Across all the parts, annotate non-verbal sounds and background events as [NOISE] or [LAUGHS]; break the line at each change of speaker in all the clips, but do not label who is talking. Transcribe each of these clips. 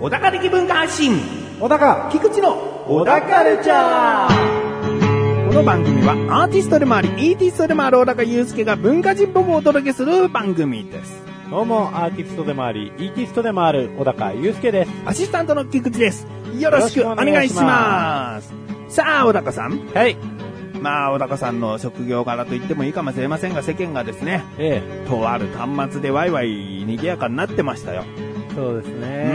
小高的文化発信
小高、菊池の
小高ルチャーこの番組はアーティストでもあり、イーティストでもある小高祐介が文化人っぽくお届けする番組です。
どうも、アーティストでもあり、イーティストでもある、小高祐介です。
アシスタントの菊池です。よろしくお願いします。さあ、小高さん。
はい。
まあ、小高さんの職業柄と言ってもいいかもしれませんが、世間がですね、
ええ、
とある端末でワイワイ賑やかになってましたよ。
そうですね。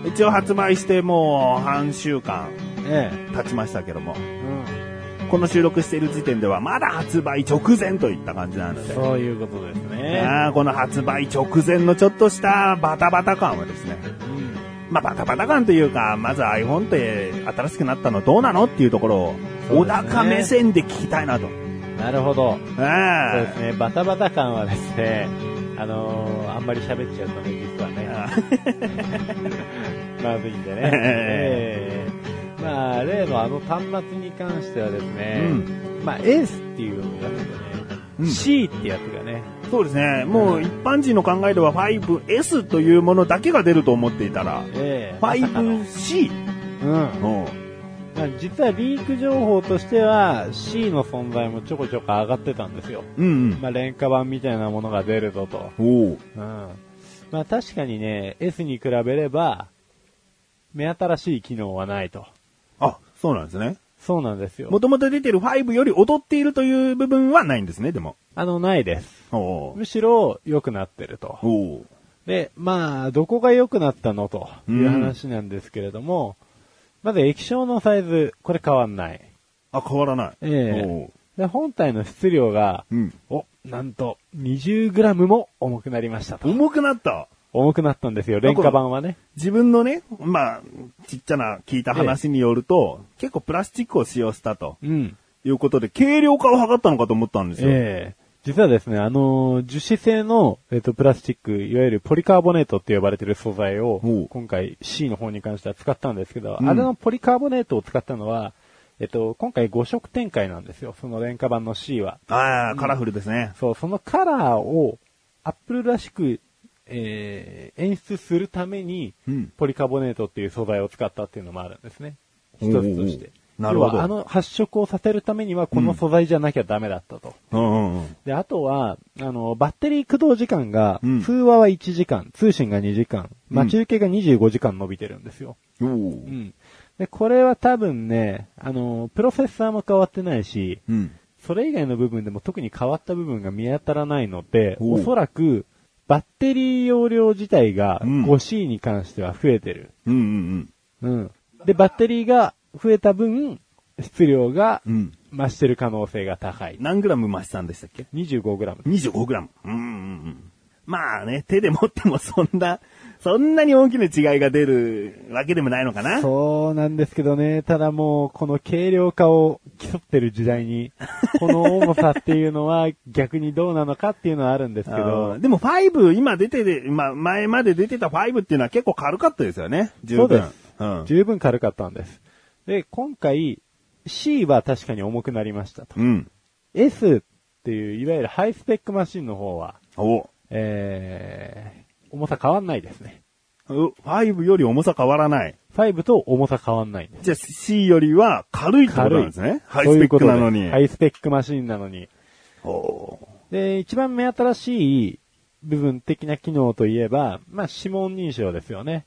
うん。
一応発売してもう半週間
え
経ちましたけども、
え、うん。
この収録している時点ではまだ発売直前といった感じなので、
そういうことですね。
ああこの発売直前のちょっとしたバタバタ感はですね、
うん。
まあバタバタ感というか、まず iPhone って新しくなったのどうなのっていうところを、
そ
小
うですね
高目線で聞きたいなと。
なるほど。
えあ
そうですね。バタバタ感はですね、あのー、あんまり喋っちゃうとね、実はね、
あ
まずいんで
え
ね。ええまあ、例のあの端末に関してはですね、まあ、エースっていうやつがね、
うん
C ってやつがね、
そうですね。もう一般人の考えでは 5S というものだけが出ると思っていたら、
ええ
5C。
[LAUGHS] うん。
うん
まあ、実はリーク情報としては C の存在もちょこちょこ上がってたんですよ。
うん
まあ、廉価版みたいなものが出るぞと。
うん。おお。
うん。まあ、確かにね、S に比べれば、目新しい機能はないと。
あ、そうなんですね。
そうなんですよ
も。ともと出てる5より劣っているという部分はないんですね、でも。
あの、ないです。
おお。
むしろ良くなってると。
おお。
で、まあ、どこが良くなったのという話なんですけれども、まず液晶のサイズ、これ変わんない。
あ、変わらない。
ええ
おう
で、本体の質量が、
うん。
お、なんと、20g も重くなりましたと。
重くなった。
重くなったんですよ、廉価版はね。
自分のね、まあ、ちっちゃな聞いた話によると、結構プラスチックを使用したと
うん。
いうことで、軽量化を図ったのかと思ったんですよ。
ええ実はですね、あのー樹脂製の、えっと、プラスチック、いわゆるポリカーボネートって呼ばれてる素材
お
を
う、
今回 C の方に関しては使ったんですけど、
うん
あれのポリカーボネートを使ったのは、えっと、今回5色展開なんですよ、その廉価版の C は。
ああ、カラフルですね。
そう、そのカラーを、アップルらしく、えー演出するために、
うん
ポリカーボネートっていう素材を使ったっていうのもあるんですね。一つとして。
おうなるほど
要はあの発色をさせるためには、この素材じゃなきゃダメだったと。
うんうんうん。
で、あとは、あの、バッテリー駆動時間が
うん、
通話は1時間、通信が2時間、
うん
待ち受けが25時間伸びてるんですよ。
おう
う。ん。で、これは多分ね、あの、プロセッサーも変わってないし、
うん。
それ以外の部分でも特に変わった部分が見当たらないので、
おう
おそらく、バッテリー容量自体が
うん
5C に関しては増えてる。
うんうん
うん。で、バッテリーが増えた分、質量が
うん。うん。
増してる可能性が高い。
何グラム増したんでしたっけ
25g。
25グラム。うんうんうん。まあね、手で持ってもそんな、そんなに大きな違いが出るわけでもないのかな。
そうなんですけどね、ただもう、この軽量化を競ってる時代 [LAUGHS] に、この重さっていうのは逆にどうなのかっていうのはあるんですけ
あ
ど
ー、でも5、今出てて、まあ前まで出てた5っていうのは結構軽かったですよね。十
そう
分。
です
うん。
十分軽かったんです。で、今回、C は確かに重くなりましたと。
うん。
S っていう、いわゆるハイスペックマシンの方は、
お
えー、重さ変わんないですね。
う5より重さ変わらない。
5と重さ変わんないんです。
じゃあ C よりは軽いってことなんですね。ハイ
そう
ス
い
ペ
う
ッ
こ
ク
と
なのに。
ですハイスペックマシンなのに。
お
で、一番目新しい部分的な機能といえば、まあ、指紋認証ですよね。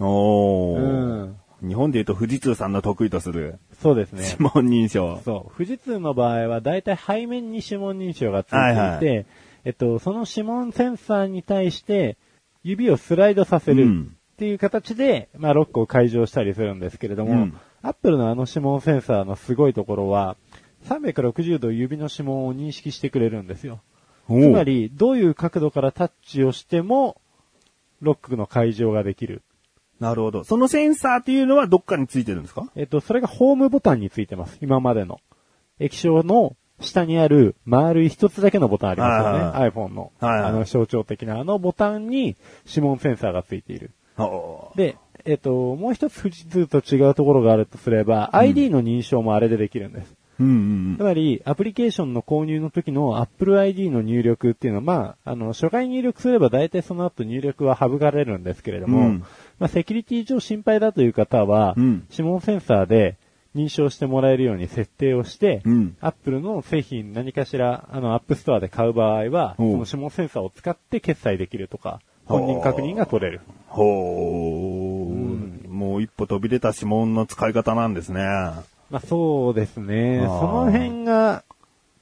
ーお
う
ー
ん。
日本で言うと富士通さんの得意とする
そうですね
指。紋認証。
そう。富士通の場合は、だいたい背面に指紋認証がついていて、
はいは
えっと、その指紋センサーに対して、指をスライドさせ
う
る
ん
っていう形で、まあ、ロックを解除したりするんですけれども、
うん
アップルのあの指紋センサーのすごいところは、360度指の指紋を認識してくれるんですよ。
お
つ
ー
まり、どういう角度からタッチをしても、ロックの解除ができる。
なるほど。そのセンサーっていうのはどっかについてるんですか
えっと、それがホームボタンについてます。今までの。液晶の下にある丸い一つだけのボタンありますよね。
はいは
iPhone の。
はいはい
あの象徴的なあのボタンに指紋センサーがついている。
おー
で、えっと、もう一つ富士通と違うところがあるとすれば、ID の認証もあれでできるんです。
うんうん
つまり、アプリケーションの購入の時の Apple ID の入力っていうのは、まあ、あの、初回入力すれば大体その後入力は省かれるんですけれども、
うん
まあ、セキュリティ上心配だという方は、
うん
指紋センサーで認証してもらえるように設定をして、
うん
Apple の製品何かしら、あの、App Store で買う場合は、そ
おう
の指紋センサーを使って決済できるとか、本人確認が取れる。
ほう、もう一歩飛び出た指紋の使い方なんですね。
まあ、そうですね。
あ
そ
ー
の辺が、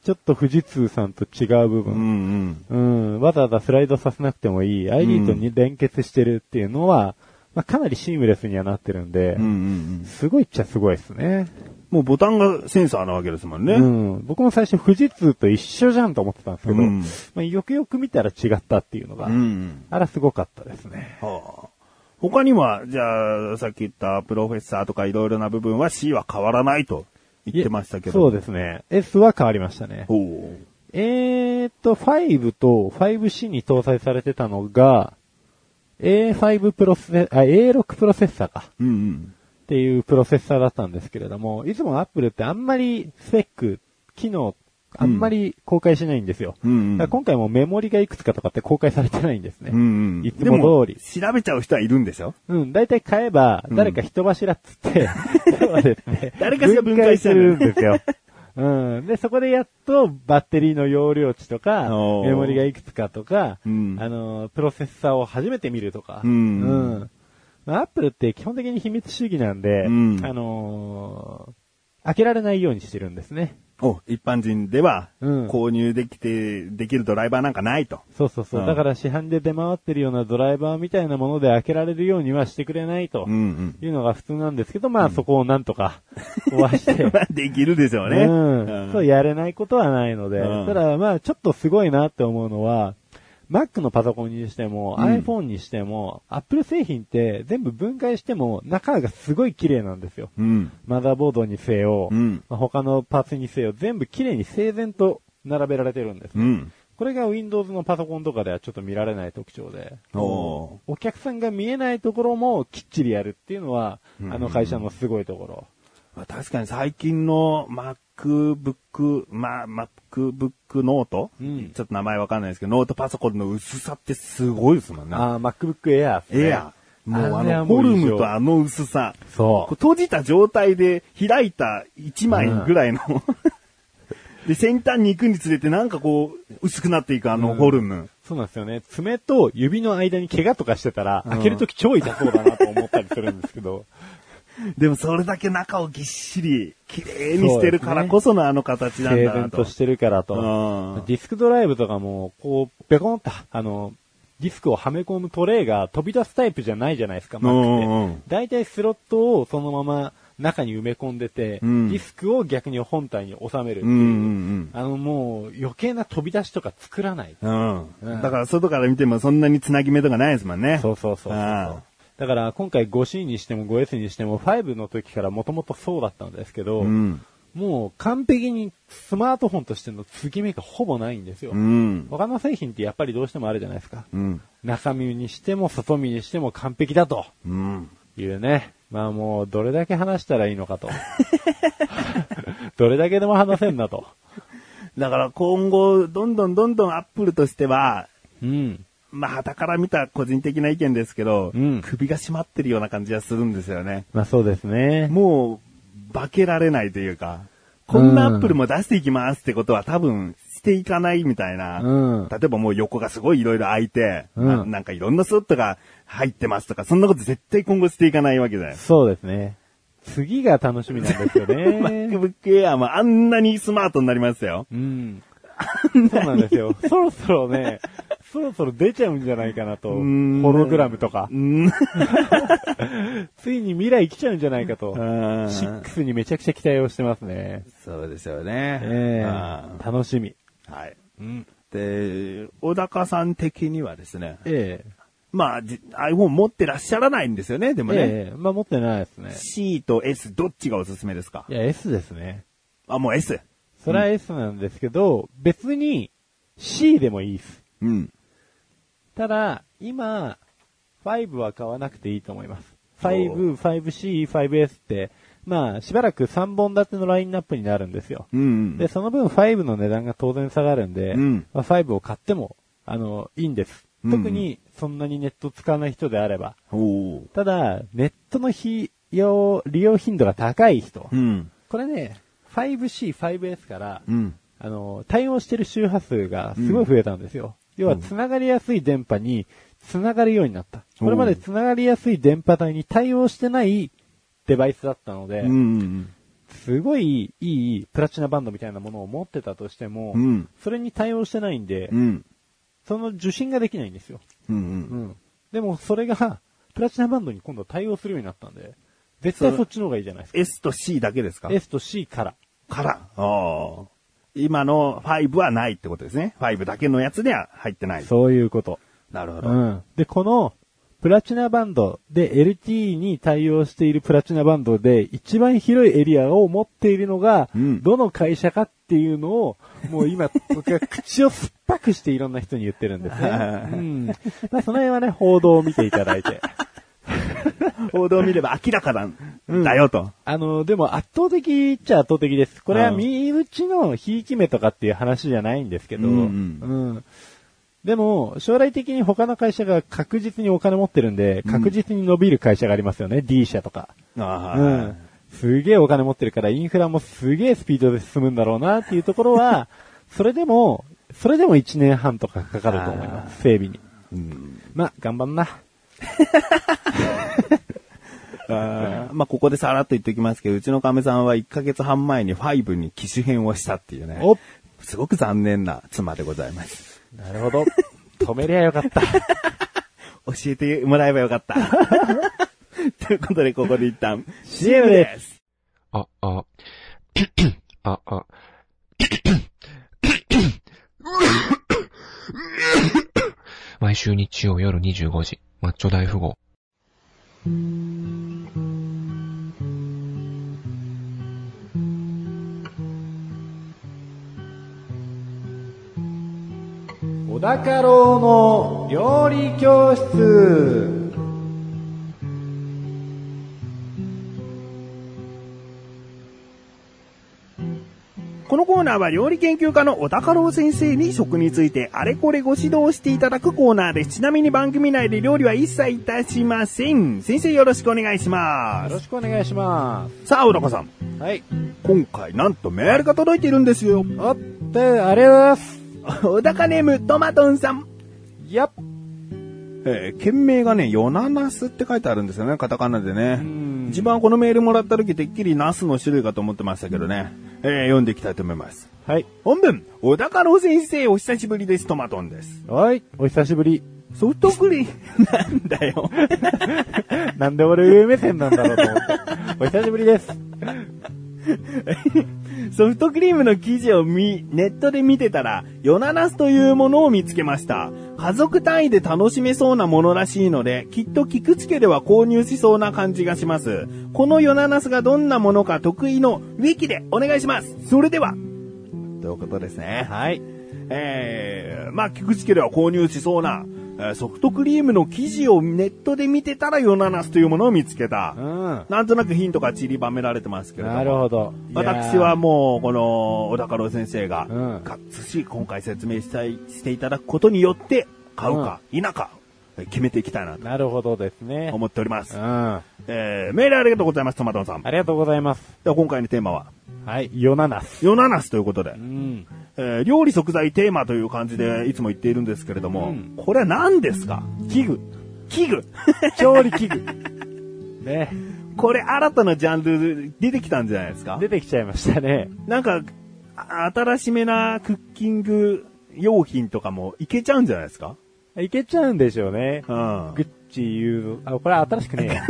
ちょっと富士通さんと違う部分。
うん
うん、わざわざスライドさせなくてもいい、ID とに連結してるっていうのは、まあ、かなりシームレスにはなってるんで、
うん。うんうんうん。
すごいっちゃすごいですね。
もうボタンがセンサーなわけですもんね。
うん、僕も最初富士通と一緒じゃんと思ってたんですけど、
うん
まあ、よくよく見たら違ったっていうのが、
うんうん
あらすごかったですね。
はあ、他には、じゃあ、さっき言ったプロフェッサーとかいろいろな部分は C は変わらないと言ってましたけど。
そうですね。S は変わりましたね。
ほう。
えーっと、5と 5C に搭載されてたのが、A5 プロセ、あ、A6 プロセッサーか。
うんうん。
っていうプロセッサーだったんですけれども、いつも Apple ってあんまりスペック、機能、あんまり公開しないんですよ。
うんうん
だから今回もメモリがいくつかとかって公開されてないんですね。
うんうん。
いつも通り。
でも調べちゃう人はいるんでし
[LAUGHS]
ょ
うん、だいたい買えば、
うん
誰か人柱っつって、そうですね。
誰かしら分解してる
分解するんですよ。うん。で、そこでやっと、バッテリーの容量値とか、
おー
メモリがいくつかとか、
うん
あの、プロセッサーを初めて見るとか、
うん
うん。まあアップルって基本的に秘密主義なんで、
うん
あのー開けられないようにしてるんですね。
お、一般人では、
うん
購入できて、できるドライバーなんかないと。
そうそうそう。
うん
だから市販で出回ってるようなドライバーみたいなもので開けられるようにはしてくれないと。
ん
いうのが普通なんですけど、まあそこをなんとか
[LAUGHS]
壊して、
まあ、 [LAUGHS] できるでしょうね。
うん。そう、やれないことはないので、
うん
ただまあちょっとすごいなって思うのは、Mac のパソコンにしても、
うん
iPhone にしても、Apple 製品って全部分解しても中がすごい綺麗なんですよ。
うん。
マザーボードにせよ、
うん
まあ他のパーツにせよ、全部綺麗に整然と並べられてるんです。
うん。
これが Windows のパソコンとかではちょっと見られない特徴で、
おー
お客さんが見えないところもきっちりやるっていうのは、
うん
あの会社のすごいところ。
まあ確かに最近の MacBook、まあ、MacBook Note、
うん
ちょっと名前わかんないですけど、ノートパソコンの薄さってすごいですもんね。
ああ、MacBook Air ですね、
エア。もうあ
あれは
の、
も
フォ
う
ル
異常
ムとあの薄さ。
そ
こ
う
う閉じた状態で開いた1枚ぐらいの、 [LAUGHS] で、先端に行くにつれてなんかこう、薄くなっていくあのフォルム。
そうなんですよね。爪と指の間に怪我とかしてたら、
ん
開けるとき超痛そうだなと思ったりするんですけど。
でもそれだけ中をぎっしり、綺麗にしてるからこそのあの形 [LAUGHS] なん
整
だな
然
と。
としてるからと。
うん
ディスクドライブとかも、こう、ベコンって、あの、ディスクをはめ込むトレイが飛び出すタイプじゃないじゃないですか、
うんうんうん
Mac って。大体スロットをそのまま中に埋め込んでて、
うん
ディスクを逆に本体に収めるっていうう。
んうん
あのもう余計な飛び出しとか作らない。
うん。う。
うんん
だから外から見てもそんなにつなぎ目とかないですもんね。
そうそうそうそう
ああ
だから今回 5C にしても 5S にしても5の時からもともとそうだったんですけど、
うん。
もう完璧にスマートフォンとしての継ぎ目がほぼないんですよ。
うん。
他の製品ってやっぱりどうしてもあるじゃないですか。
うん。
中身にしても外身にしても完璧だと
うん。
いうね。まあもうどれだけ話したらいいのかと。 [LAUGHS] どれだけでも話せんなと。
だから今後、どんどんどんどんアップルとしては、
うん。
まあ、傍から見た個人的な意見ですけど、
うん
首が締まってるような感じがするんですよね。
まあそうですね。
もう、化けられないというか、こんなアップルも出していきますってことは多分していかないみたいな。
うん
例えばもう横がすごいいろいろ空いて、
うん
な、なんかいろんなスロットが入ってますとか、そんなこと絶対今後していかないわけだよ。
そうですね。次が楽しみなんですよ [LAUGHS] ね。
MacBook Air もあんなにスマートになりましたよ。
うん。そうなんですよ。そろそろね、そろそろ出ちゃうんじゃないかなと。ホ
ん
ログラムとか
う。ん。
ついに未来来ちゃうんじゃないかと。
ん
6にめちゃくちゃ期待をしてますね。
[LAUGHS] そうですよね。
ええ
うん
楽しみ。
はい。
うん。
で、小高さん的にはですね、
え
まあ、じ iPhone 持ってらっしゃらないんですよね、で
え
もね。
ええまあ持ってないですね。
C と S どっちがおすすめですか
いや、S ですね。
あ、もう S。
それは S なんですけど、別に C でもいいです。
うん。
ただ、今、5は買わなくていいと思います。 5、5C、5S って、まあ、しばらく3本立てのラインナップになるんですよ。
うん。
で、その分5の値段が当然下がるんで、
うん
まあ、5を買っても、あの、いいんです。
うん
特に、そんなにネット使わない人であれば。
おー
ただ、ネットの費用、利用頻度が高い人。
うん。
これね、5C、5S から、
うん。
あの、対応してる周波数がすごい増えたんですよ。要は、繋がりやすい電波に、繋がるようになった。これまで繋がりやすい電波帯に対応してないデバイスだったので、
うん。
すごいいいプラチナバンドみたいなものを持ってたとしても、
うん
それに対応してないんで、
うん。
その受信ができないんですよ。
う。
うんん。でもそれが、プラチナバンドに今度対応するようになったんで、絶対そっちの方がいいじゃないです
S と C だけですか
か。S と C から。
から。ああ。今の5はないってことですね。5だけのやつでは入ってない。
そういうこと。
なるほ
う
ど。
ん。で、この、プラチナバンドで LTE に対応しているプラチナバンドで一番広いエリアを持っているのが、
うん
どの会社かっていうのを、もう今、僕が口を酸っぱくしていろんな人に言ってるんですね。うん。まあ、その辺はね、報道を見ていただいて。
報道を見れば明らかなんだよと。
あの、でも圧倒的っちゃ圧倒的です。これは
うん
身内のひいき目とかっていう話じゃないんですけど、
うんう
うんでも、将来的に他の会社が確実にお金持ってるんで、確実に伸びる会社がありますよね、D 社とか。
ああ。
うん。すげえお金持ってるから、インフラもすげえスピードで進むんだろうなっていうところ [LAUGHS] は、それでも、それでも1年半とかかかると思います、整備に。
うん。
まあ、頑張んな。
あーまあ、ここでさらっと言っておきますけど、うちの亀さんは1ヶ月半前に5に機種変をしたっていうね。
お
すごく残念な妻でございます。
なるほど。止めりゃよかった。
教えてもらえばよかった。ということで、ここで一旦。
CM です
あ、あ、あ、あ、毎週日曜夜25時、マッチョ大富豪。
小高郎の料理教室。
このコーナーは料理研究家の小高郎先生に食についてあれこれご指導していただくコーナーです。ちなみに番組内で料理は一切いたしません。先生よろしくお願いしま
よろ
す。
しくお願いしま
さあ、小高さん。
す。はい。
今回なんとメールが届いているんですよ。
おって、ありがとうございます。
小高ネームトマトンさん。
やっ。
えー、件名がね、ヨナナスって書いてあるんですよね、カタカナでね。一番このメールもらった時、てっきりナスの種類かと思ってましたけどね。えー読んでいきたいと思います。
はい。
本文、小高郎先生、お久しぶりです、トマトンです。
はい。お久しぶ [LAUGHS] り。
ソフトクリーム、 [LAUGHS] なんだよ。
なんで俺上目線なんだろうと思って。お久しぶりです。
ソフトクリームの記事を見、ネットで見てたら、ヨナナスというものを見つけました。家族単位で楽しめそうなものらしいので、きっと菊池家では購入しそうな感じがします。このヨナナスがどんなものか得意のウィキでお願いします。それでは、ということですね。
はい。
えー、まあ、菊池家では購入しそうな、えーソフトクリームの記事をネットで見てたらヨナナスというものを見つけた
う。ん。
なんとなくヒントが散りばめられてますけれども。
なるほど。
私はもう、この、小高郎先生が、
うん
がっつし、今回説明したい、していただくことによって、買うか、否か、決めていきたいないと
やー。なるほどですね。
思っております。
うん。あ
えー、メールありがとうございます、トマトンさん。で
りがとうございます。
は今回のテーマは、
はい。ヨナナス。
ヨナナスということで
う、ん。
えー料理食材テーマという感じでいつも言っているんですけれども、
うん
これは何ですか
器具。
器具
調理器具。 [LAUGHS] ね。
これ新たなジャンル出てきたんじゃないですか
出てきちゃいましたね。
なんか、あ新しめなクッキング用品とかもいけちゃうんじゃないですか
いけちゃうんでしょうね。
うん
グッチ言うの、あ、これ新しく
[LAUGHS]
ねえや。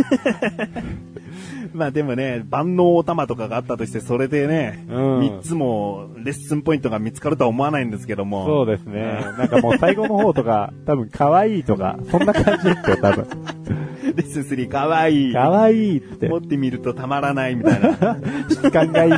まあでもね、万能お玉とかがあったとして、それでね、
う
三
ん
3つもレッスンポイントが見つかるとは思わないんですけども。
そうですね。なんかもう最後の方とか、多分可愛いとか、そんな感じですよ、多分。
レッスン3かわいい。
可愛いって
[LAUGHS] 持、ってみるとたまらないみたいな。
[LAUGHS] 質感がいい。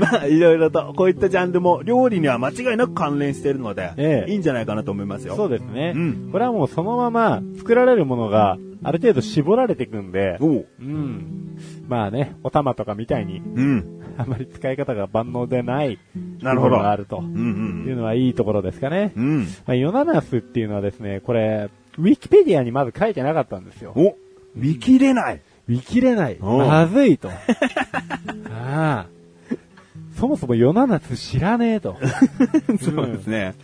まあ、いろいろと、こういったジャンルも料理には間違いなく関連しているので、
ええ
いいんじゃないかなと思いますよ。
そうですね。
うん
これはもうそのまま作られるものがある程度絞られていくんで、
おう。
うん。まあね、お玉とかみたいに、
うん。
あまり使い方が万能でない、
なるほど
ものがあると
うんう
いうんのはいいところですかね。
うん。うん。
まあ、ヨナナスっていうのはですね、これ、ウィキペディアにまず書いてなかったんですよ。
お見切れない。
見切れない。
おう
まず
[LAUGHS]
いと。ああ。そもそもヨナナス知らねえと。
そうですね。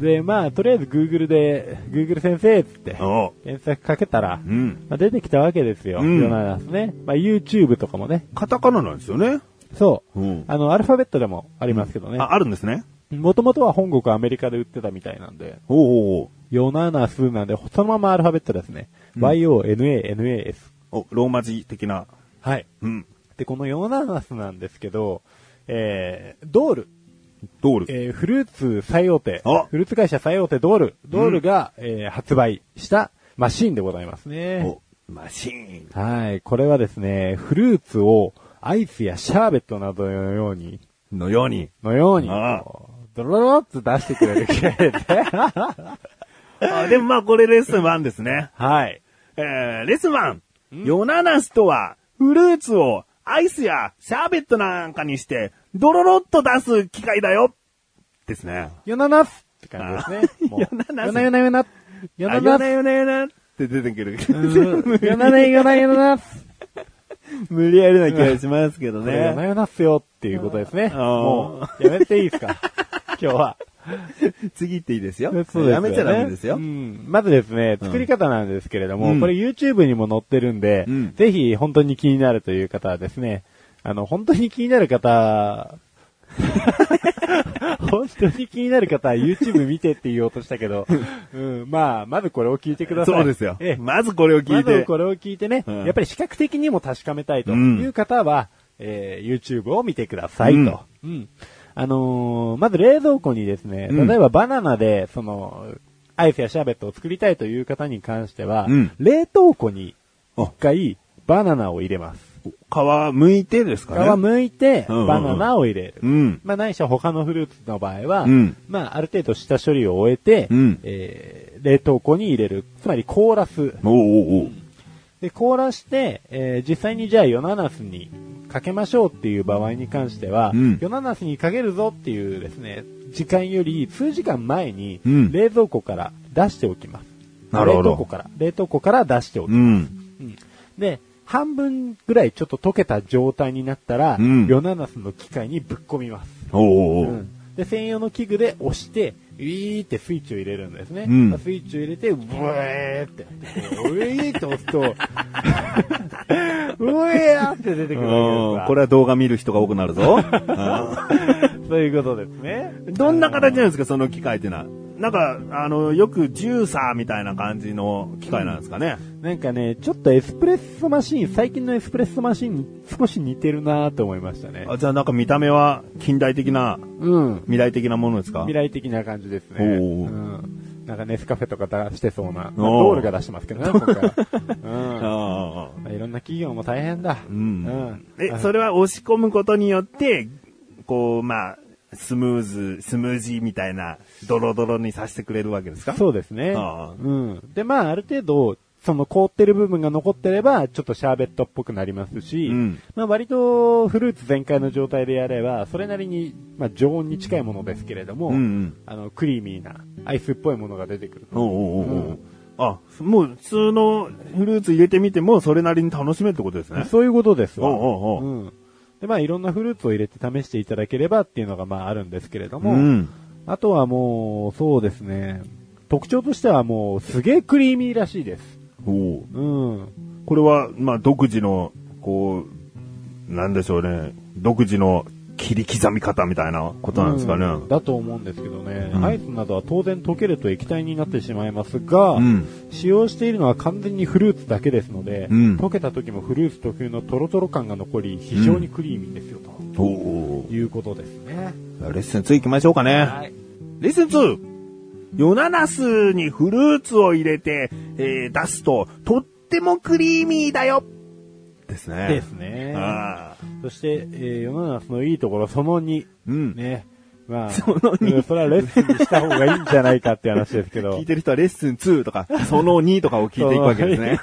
で、まあ、とりあえず Google で、Google 先生っつって、
おう。
検索かけたら、
うん。
まあ、出てきたわけですよ。
うん
ヨナナスね。まあ、YouTube とかもね。
カタカナなんですよね。
そう。
うん
あの、アルファベットでもありますけどね。
あ、あるんですね。
もともとは本国アメリカで売ってたみたいなんで、
おうおう
ヨナナスなんで、そのままアルファベットですね。
うん
YONANAS。
おうお、ローマ字的な。
はい。
うん。
で、このヨナナスなんですけど、えー、ドール、
ドール。
えー、フルーツ最大手
あ、
フルーツ会社最大手ドール、ドールが、えー発売したマシンでございますね。
お、マシーン。
はい。これはですね、フルーツをアイスやシャーベットなどのように、
のように。
のように、
ああ
こうドロロロッと出してくれる機械
[LAUGHS]
で。
あ、でもまあこれレッスン1ですね。
はい。
えー、レッスン 1! ヨナナスとは、フルーツをアイスやシャーベットなんかにして、ドロロッと出す機械だよですね。
ヨナナスって感じですね。もう
ヨナナス
ヨナヨナヨナ。ヨナ
あヨナ
ナス。
ヨナヨナって出てくる。
うんヨナナヨナヨナス。
無理や [LAUGHS] りな気がしますけど
これ夜
ね。
な夜なっすよっていうことですね。
あー
もう、やめていいで
[LAUGHS]
すか今日は。
次行っていいですよ。
そうですよね
やめちゃダメですよ。
うんまずですね、作り方なんですけれども、
うん
これ YouTube にも載ってるんで、
うん
ぜひ本当に気になるという方はですね、あの、本当に気にな
[LAUGHS]
る方、本当に気になる方は YouTube 見てって言おうとしたけど、うん、まあ、まずこれを聞いてください。
そうですよ
ええ。
まずこれを聞い
まず
て。
これを聞いてね、
うん
やっぱり視覚的にも確かめたいと
うん
いう方は、えー YouTube を見てくださいと。うん。あのーまず冷蔵庫にですね、
うん
例えばバナナで、その、アイスやシャーベットを作りたいという方に関しては、
うん
冷凍庫に一回バナナを入れます。
皮剥いてです
皮
かね。
剥いて、
うんうんうん
バナナを入れる。
うん。
まあ、ないしは他のフルーツの場合は、
うん
まあ、ある程度下処理を終えて、
うん
えー冷凍庫に入れる。つまり凍らす。
おうおうおう。
で、凍らして、えー実際にじゃあヨナナスにかけましょうっていう場合に関しては、
うん
ヨナナスにかけるぞっていうですね、時間より数時間前に
うん
冷蔵庫から出しておきます。
なるほど
冷凍庫から、冷凍庫から出してお
う
きます。
ん。
で、半分ぐらいちょっと溶けた状態になったら、
うん
ヨナナスの機械にぶっ込みます。
おうおうおう。
で、専用の器具で押して、ウィーってスイッチを入れるんですね。
うん
まあスイッチを入れて、ブエーって。ウィーって押すと、ウ [LAUGHS] エーって出てくる
うん
わ
こ
け
れは動画見る人が多くなる [LAUGHS] ぞ。
ですわ。そういうことですね。
どんな形なんですか、その機械ってのは。なんか、あの、よくジューサーみたいな感じの機械なんですかね。
なんかね、ちょっとエスプレッソマシーン、最近のエスプレッソマシーンに少し似てるなと思いましたね。
あじゃあなんか見た目は近代的な、
うん。
未来的なものですか
未来的な感じですね。
お
う
ー
ん。なんかネスカフェとか出してそ
お
うな。
ー
まあドールが出してますけどね、今回
[LAUGHS]
は。うん。
ああ。
まあいろんな企業も大変だ。
うんえ、
あ
それは押し込むことによって、こう、まあ、スムーズ、スムージーみたいな、ドロドロにさせてくれるわけですか
そうですね。
ああ
うん。で、まあ、ある程度、その凍ってる部分が残ってれば、ちょっとシャーベットっぽくなりますし、
うん
まあ、割とフルーツ全開の状態でやれば、それなりに、まあ、常温に近いものですけれども、
うんうん
あの、クリーミーな、アイスっぽいものが出てくる。
おうおうおうおう
うん
あ、もう普通のフルーツ入れてみても、それなりに楽しめるってことですね。
そういうことですわ。
おうおうおう
うん。で、まあ、いろんなフルーツを入れて試していただければっていうのが、まあ、あるんですけれども、
うん。
あとはもう、そうですね、特徴としてはもう、すげえクリーミーらしいです。
おう
うん。
これは、まあ、独自の、こう、なんでしょうね。独自の切り刻み方みたいなことなんですかね。
うんだと思うんですけどね、
うん
アイスなどは当然溶けると液体になってしまいますが、
うん
使用しているのは完全にフルーツだけですので、
うん
溶けた時もフルーツ特有のトロトロ感が残り、非常にクリーミーですよ、
おうおう
ということですね。
レッスン2行きましょうかね。
い。
レッスン 2! ヨナナスにフルーツを入れて、えー出すと、とってもクリーミーだよですね。
ですね
ああ
そして、えー世の中のいいところ、その2。
うん
ね。まあ、
その2
うんそれはレッスンにした方がいいんじゃないかって話ですけど
聞い。てる人はレッスン2とか、その2とかを聞いていくわけです [LAUGHS] ね。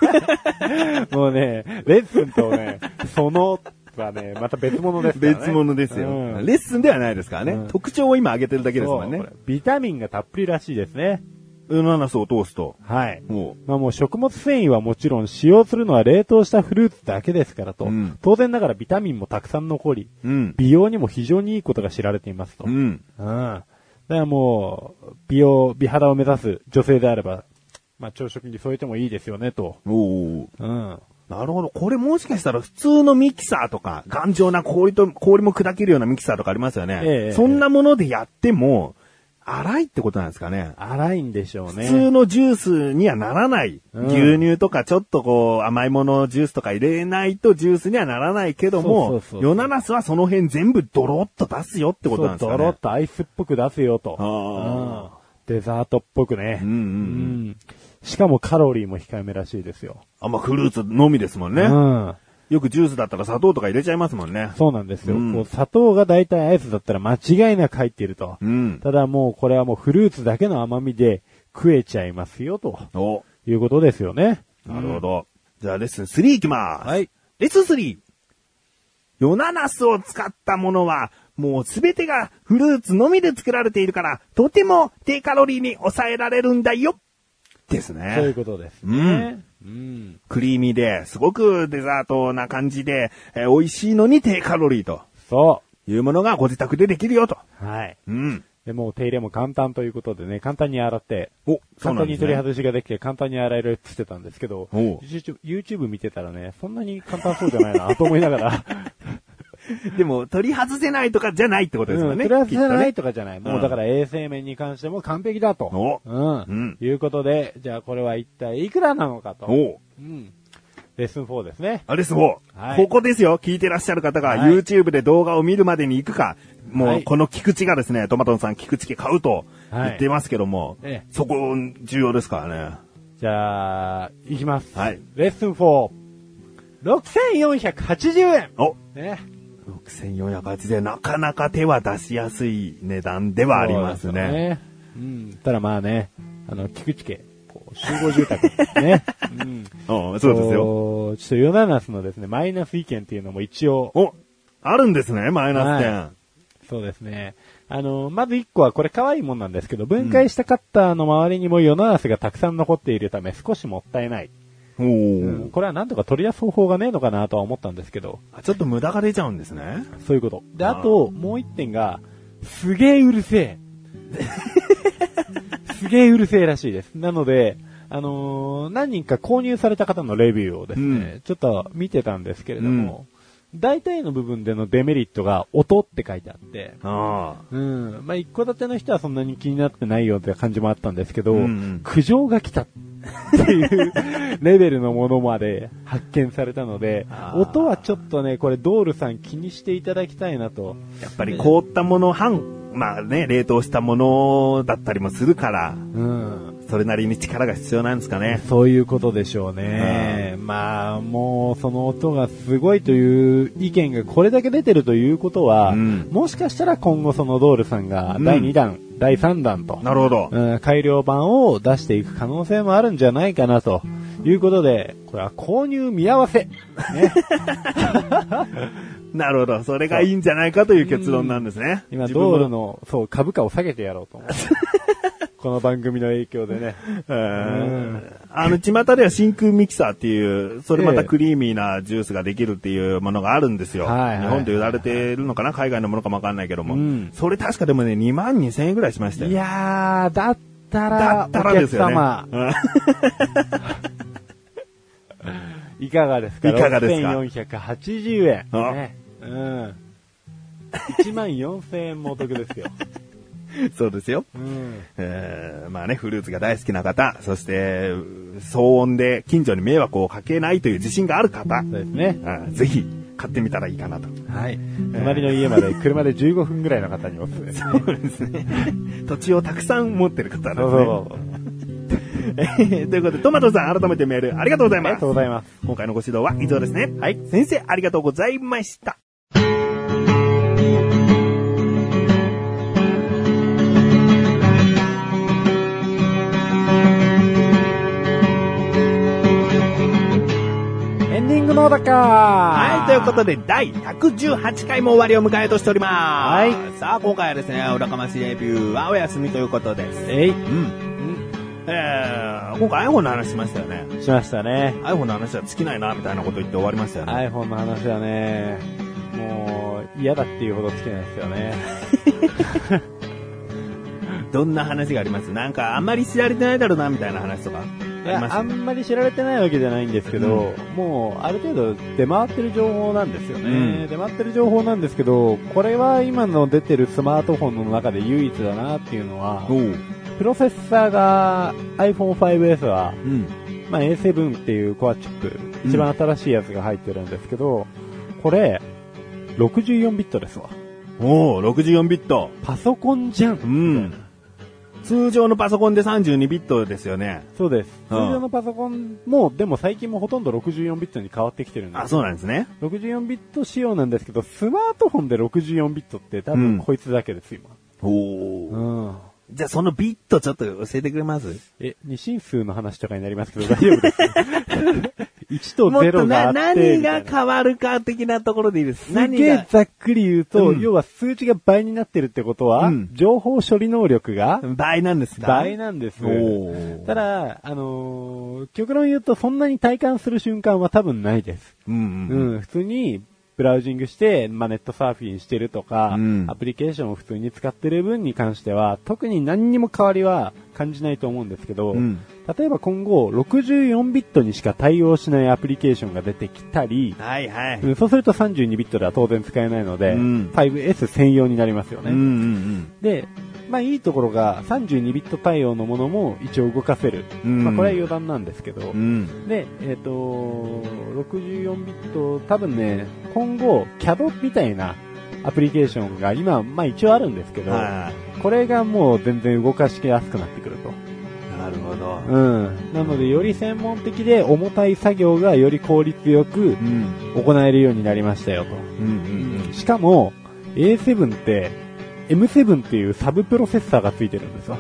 もうね、レッスンとね、そのはね、また別物ですからね。
[LAUGHS] 別物ですよ、
うん
レッスンではないですからね。
うん
特徴を今挙げてるだけですもんね
そう。ビタミンがたっぷりらしいですね。
ウナナスを通すと。
はい。
も
まあもう食物繊維はもちろん使用するのは冷凍したフルーツだけですからと、
うん
当然ながらビタミンもたくさん残り、
う、うん。
美容にも非常にいいことが知られていますと。
う
うん。
ん。
だからもう、美容、美肌を目指す女性であれば、まあ朝食に添えてもいいですよねと。
おお。
うん。
なるほど。これもしかしたら普通のミキサーとか、頑丈な氷と、氷も砕けるようなミキサーとかありますよね。
ええ
そんなものでやっても、粗いってことなんですかね。
荒いんでしょうね。
普通のジュースにはならない。
うん
牛乳とかちょっとこう甘いものジュースとか入れないとジュースにはならないけども、
そうそうそう
ヨナナスはその辺全部ドロッと出すよってことなんですか
そ
ね。
うドロッとアイスっぽく出すよと。
あ
うんデザートっぽくね。
うんうんう。
うんんしかもカロリーも控えめらしいですよ。
あんまフルーツのみですもんね、
うん。
よくジュースだったら砂糖とか入れちゃいますもんね。
そうなんですよ。
うん
こう砂糖が大体アイスだったら間違いなく入っていると。
うん。
ただもうこれはもうフルーツだけの甘みで食えちゃいますよと
お、
いうことですよね。
なるほど。じゃあレッスン3いきます。
はい。
レッスン 3! ヨナナスを使ったものは、もうすべてがフルーツのみで作られているから、とても低カロリーに抑えられるんだよです
そういう
ね。
ことですね。うん。
クリーミーで、すごくデザートな感じで、えー美味しいのに低カロリーと
そ
いうものがご自宅でできるよと。
う。はい。
うん。
でもう手入れも簡単ということでね、簡単に洗って、
お、そう
簡
な
単
んで
に
すね。
取り外しができて、簡単に洗えるって言ってたんですけど、
おう
YouTube, YouTube 見てたらね、そんなに簡単そうじゃないなと思いながら、
[LAUGHS] でも、取り外せないとかじゃないってことですよ
うん、
ね。
プラスじゃな
きっ
いとかじゃない。も
うん
うだから衛生面に関しても完璧だと。
お
うん。
うん
いうことで、じゃあこれは一体いくらなのか
と
と。
ね。おう
うん。レッスン4ですね。
あれすごい、
はい
ここですよ。聞いてらっしゃる方が、
はい
YouTube で動画を見るまでに行くか、も
は
う、
い
この菊池がですね、トマトンさん菊池家買うと言
はい
ってますけども、
ええ
そこ、重要ですからね。
じゃあ、いきます。
はい
レッスン4。6480円
お
ね。
6480円、なかなか手は出しやすい値段ではあります
そうです
ね。
ね。うん。ただまあね、あの、菊池家、こう集合住
[LAUGHS]
宅ね。うん。
うんそうですよ。
こうちょっとヨナナスのですね、マイナス意見っていうのも一応、
お、あるんですね、マイナス点。
そうですね。あの、まず一個はこれ可愛いもんなんですけど、分解したカッターの周りにもヨナナスがたくさん残っているため少しもったいない。
おー
うん、これはなんとか取り出す方法がねえのかなとは思ったんですけど、
あちょっと無駄が出ちゃうんですね。
そういうこと。で、
あ
あ
ー
と、もう一点が、すげえうるせ
[LAUGHS]
え。すげえうるせえらしいです。なので、あのー何人か購入された方のレビューをですね、
う
ちょっと見てたんですけれども、大体の部分でのデメリットが音って書いてあって、
ああ。
うん。まあ、一戸建ての人はそんなに気になってないよって感じもあったんですけど、
うんうん
苦情が来たっていうレベルのものまで [LAUGHS] 発見されたので
あ、ー
音はちょっとね、これドールさん気にしていただきたいなと。
やっぱり凍ったもの、半、まあね、冷凍したものだったりもするから、
うん。
それなりに力が必要なんですかね。
そういうことでしょうね。まあ、もうその音がすごいという意見がこれだけ出てるということは、
うん
もしかしたら今後そのドールさんが第2弾、第3弾と、
なるほど。
うん改良版を出していく可能性もあるんじゃないかなということで、これは購入見合わせ。ね、
なるほど。それがいいんじゃないかという結論なんですね。
今、
自分の
ドールのそう株価を下げてやろう [LAUGHS] と思う。この番組の影響でね。
えーあの、巷では真空ミキサーっていう、それま
え
た
え
クリーミーなジュースができるっていうものがあるんですよ。
はいはい
日本で売られてるのかな海外のものかもわかんないけども、
うん
それ確かでもね、2万2千円ぐらいしましたよ。
いやー、だっ
だ
たら
っ、た
お
ら
客
ですよね。
様、
うん
いかがですか
いかがです
か ?6480 円。
あ
ね、うん。1万4000円もお得ですよ。
そうですよ。
[LAUGHS] うん。
えーまあね、フルーツが大好きな方、そして、騒音で近所に迷惑をかけないという自信がある方、
そうですね。
あぜひ買ってみたらいいかなと。
はい。隣の家まで車で15分ぐらいの方におすすめですね。
[LAUGHS] そうですね。土地をたくさん持ってる方ですね。
そうそうそう
えー [LAUGHS] ということで、トマトさん改めてメールありがとうござい
あり
ま
が
す
とう。ございます。
今回のご指導は以上ですね。はい。先生、ありがとうございました。
エンディングのだか
はい、
は
ということで、第118回も終わりを迎えようとしております。はい。さあ、今回はですね、浦かましレビューはお休みということです。
えい、
うん。えー、今回 iPhone の話しましたよね。
しましたね。
iPhone の話は尽きないな、みたいなこと言って終わりましたよね。
iPhone の話はね、もう嫌だっていうほどつけないですよね。
どんな話がありますなんか、あんまり知られてないだろうな、みたいな話とか。あ
い
り
や、あ
ます
んまり知られてないわけじゃないんですけど、もうある程度出回ってる情報なんですよね、
うん
出回ってる情報なんですけど、これは今の出てるスマートフォンの中で唯一だなっていうのは、
おう。
プロセッサーが iPhone5S は、
うん。
まあ、A7 っていうコアチップ、
うん
一番新しいやつが入ってるんですけど、これ、64ビットですわ。
おう、64ビット。
パソコンじゃん
うん。通常のパソコンで32ビットですよね。
そうです。通
うん
常のパソコンも、でも最近もほとんど64ビットに変わってきてるんで
あ、そうなんですね。
64ビット仕様なんですけど、スマートフォンで64ビットって多
うん
分こいつだけです、今。
おお、
うん。
じゃあそのビットちょっと教えてくれます
え、二進数の話とかになりますけど、大丈夫です。1と
もっと
0があ
な、
って
何
みた
が
いな
変わるか的なところでいいです。
す
何
げ
が
え、ざっくり言うと、
うん
要は数値が倍になってるってことは、
うん
情報処理能力が
倍なんですか
倍なんです。
おー
ただ、あのー極論言うとそんなに体感する瞬間は多分ないです。
うんうん。
うん、普通にブラウジングして、まあ、ネットサーフィンしてるとか、
うん
アプリケーションを普通に使ってる分に関しては、特に何にも変わりは感じないと思うんですけど、
うん
例えば今後、64ビットにしか対応しないアプリケーションが出てきたり、
はいはい。
うんそうすると32ビットでは当然使えないので、
うん
5S 専用になりますよね。
ん
で、まあいいところが32ビット対応のものも一応動かせる。
うん
まあこれは余談なんですけど、
うん。うん。
で、えっ、と、64ビット、多分ね、今後、CAD みたいなアプリケーションが今、まあ一応あるんですけど、
は
これがもう全然動かしやすくなってくると。
い。なるほど。
うん。なので、より専門的で重たい作業がより効率よく
うん。
行えるようになりましたよと。
うんうん
しかも、A7 って、M7 っていうサブプロセッサーがついてる
[LAUGHS]
んですわ。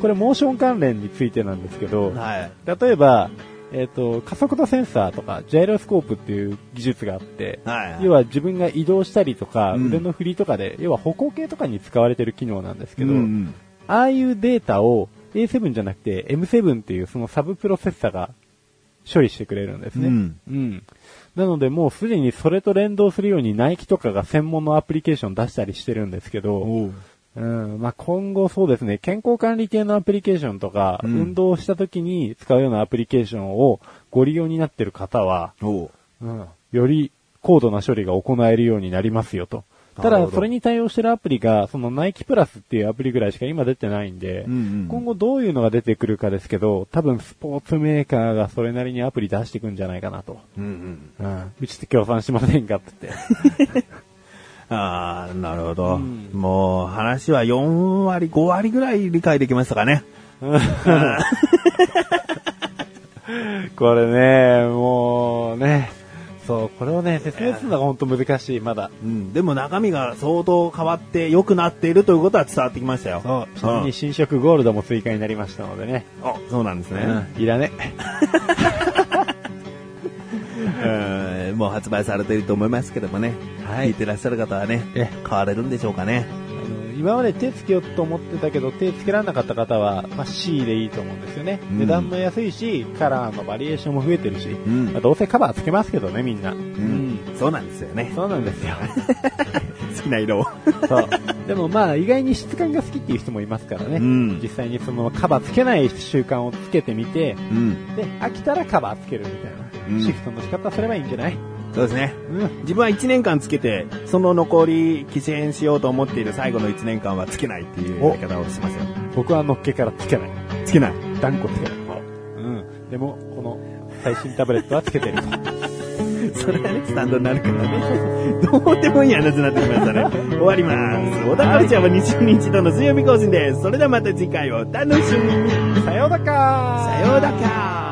これモーション関連についてなんですけど、
うん。はい。
例えば、えっと加速度センサーとかジャイロスコープっていう技術があって、
はい。
要は自分が移動したりとか、
うん
腕の振りとかで要は歩行計とかに使われてる機能なんですけ
う
ど、
んうん、
ああいうデータを A7 じゃなくて M7 っていうそのサブプロセッサが処理してくれるんですね。
うん
なのでもうすでにそれと連動するようにナイキとかが専門のアプリケーション出したりしてるんですけど、
おう
うん、まあ、今後そうですね、健康管理系のアプリケーションとか、
うん
運動した時に使うようなアプリケーションをご利用になってる方は、
おう
うん、より高度な処理が行えるようになりますよと。た
なるほ
だ、
ど
それに対応してるアプリが、そのナイキプラスっていうアプリぐらいしか今出てないんで、
うんうん
今後どういうのが出てくるかですけど、多分スポーツメーカーがそれなりにアプリ出してくんじゃないかなと。
うんうん。
うん、うちって協賛しませんかって言って。
ああ、なるほど、
うん
もう話は4割、5割ぐらい理解できましたかね。
これね、もうね、そう、これをね、説明するのが本当難しい、まだ。
うん、でも中身が相当変わって良くなっているということは伝わってきましたよ。
そう、ちなみに新色ゴールドも追加になりましたのでね。
あそうなんですね、
うんいらね。
うんもう発売されていると思いますけどもね。
はい
聞いてらっしゃる方はね、
え
買われるんでしょうかね。
あの今まで手つけようと思ってたけど、手つけられなかった方は、まあ、C でいいと思うんですよね。
うん
値段も安いし、カラーのバリエーションも増えてるし、
ん
まあどうせカバーつけますけどね、みんな。う
うんん。そうなんですよね。 [LAUGHS]
そうなんですよ。
好きな色を。
そう。でもまあ、意外に質感が好きっていう人もいますからね。
うん
実際にそのカバーつけない習慣をつけてみて、
うん。
で、飽きたらカバーつけるみたいな。
うん
シフトの仕方すればいいんじゃない
そうですね。
うん。
自分は1年間つけて、その残り、帰省しようと思っている最後の1年間はつけないっていうやり方をしますよ。
僕はのっけからつけない。
つけない。 [LAUGHS]
断固つけない。うん。でも、この最新タブレットはつけてると。
それがね、スタンドになるからね。 [LAUGHS] どうでもいい話になってきましたね。終わります。小田カルチャーは日曜に一度の水曜日更新です。それではまた次回をお楽しみに。
さようだか
さようだか